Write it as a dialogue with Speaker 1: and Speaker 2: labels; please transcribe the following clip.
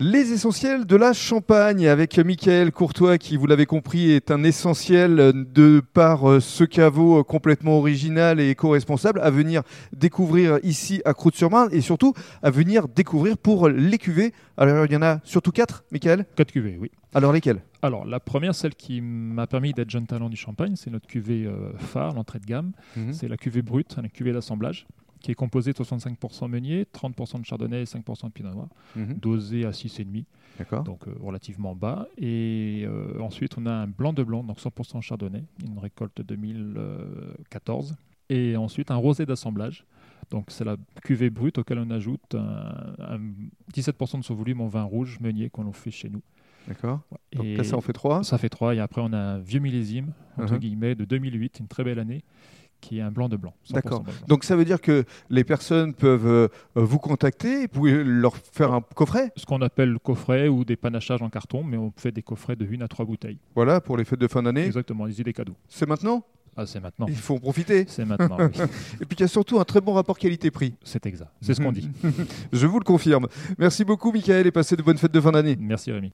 Speaker 1: Les essentiels de la Champagne avec Michael Courtois qui, vous l'avez compris, est un essentiel de par euh, ce caveau complètement original et éco-responsable à venir découvrir ici à Croûte-sur-Marne et surtout à venir découvrir pour les cuvées. Alors il y en a surtout quatre, Michael
Speaker 2: 4 cuvées, oui.
Speaker 1: Alors lesquelles
Speaker 2: Alors, la première, celle qui m'a permis d'être jeune talent du champagne, c'est notre cuvée euh, phare, l'entrée de gamme.
Speaker 1: Mhm.
Speaker 2: C'est la cuvée brute, la cuvée d'assemblage, qui est composée de 65% meunier, 30% de chardonnay et 5% de pinot noir,
Speaker 1: Mhm.
Speaker 2: dosée à 6,5,
Speaker 1: D'accord.
Speaker 2: donc euh, relativement bas. Et euh, ensuite, on a un blanc de blanc, donc 100% chardonnay, une récolte 2014. Et ensuite, un rosé d'assemblage. Donc, c'est la cuvée brute auquel on ajoute un- un 17% de son volume en vin rouge meunier qu'on fait chez nous.
Speaker 1: D'accord. Donc
Speaker 2: Et-
Speaker 1: là, ça en fait trois.
Speaker 2: ça fait 3 et après on a un vieux millésime entre
Speaker 1: Mhm.
Speaker 2: guillemets de 2008, une très belle année qui est un blanc de blanc. 100%
Speaker 1: D'accord.
Speaker 2: blanc de blanc.
Speaker 1: Donc ça veut dire que les personnes peuvent euh, vous contacter et pouvez leur faire un coffret
Speaker 2: Ce qu'on appelle le coffret ou des panachages en carton, mais on fait des coffrets de 1 à 3 bouteilles.
Speaker 1: Voilà, pour les fêtes de fin d'année.
Speaker 2: Exactement, des idées cadeaux.
Speaker 1: C'est maintenant
Speaker 2: Ah, c'est maintenant.
Speaker 1: Il faut en profiter.
Speaker 2: C'est maintenant, oui.
Speaker 1: Et puis il y a surtout un très bon rapport qualité-prix.
Speaker 2: c'est exact. C'est ce qu'on dit.
Speaker 1: Je vous le confirme. Merci beaucoup, Michael, et passez de bonnes fêtes de fin d'année.
Speaker 2: Merci Rémi.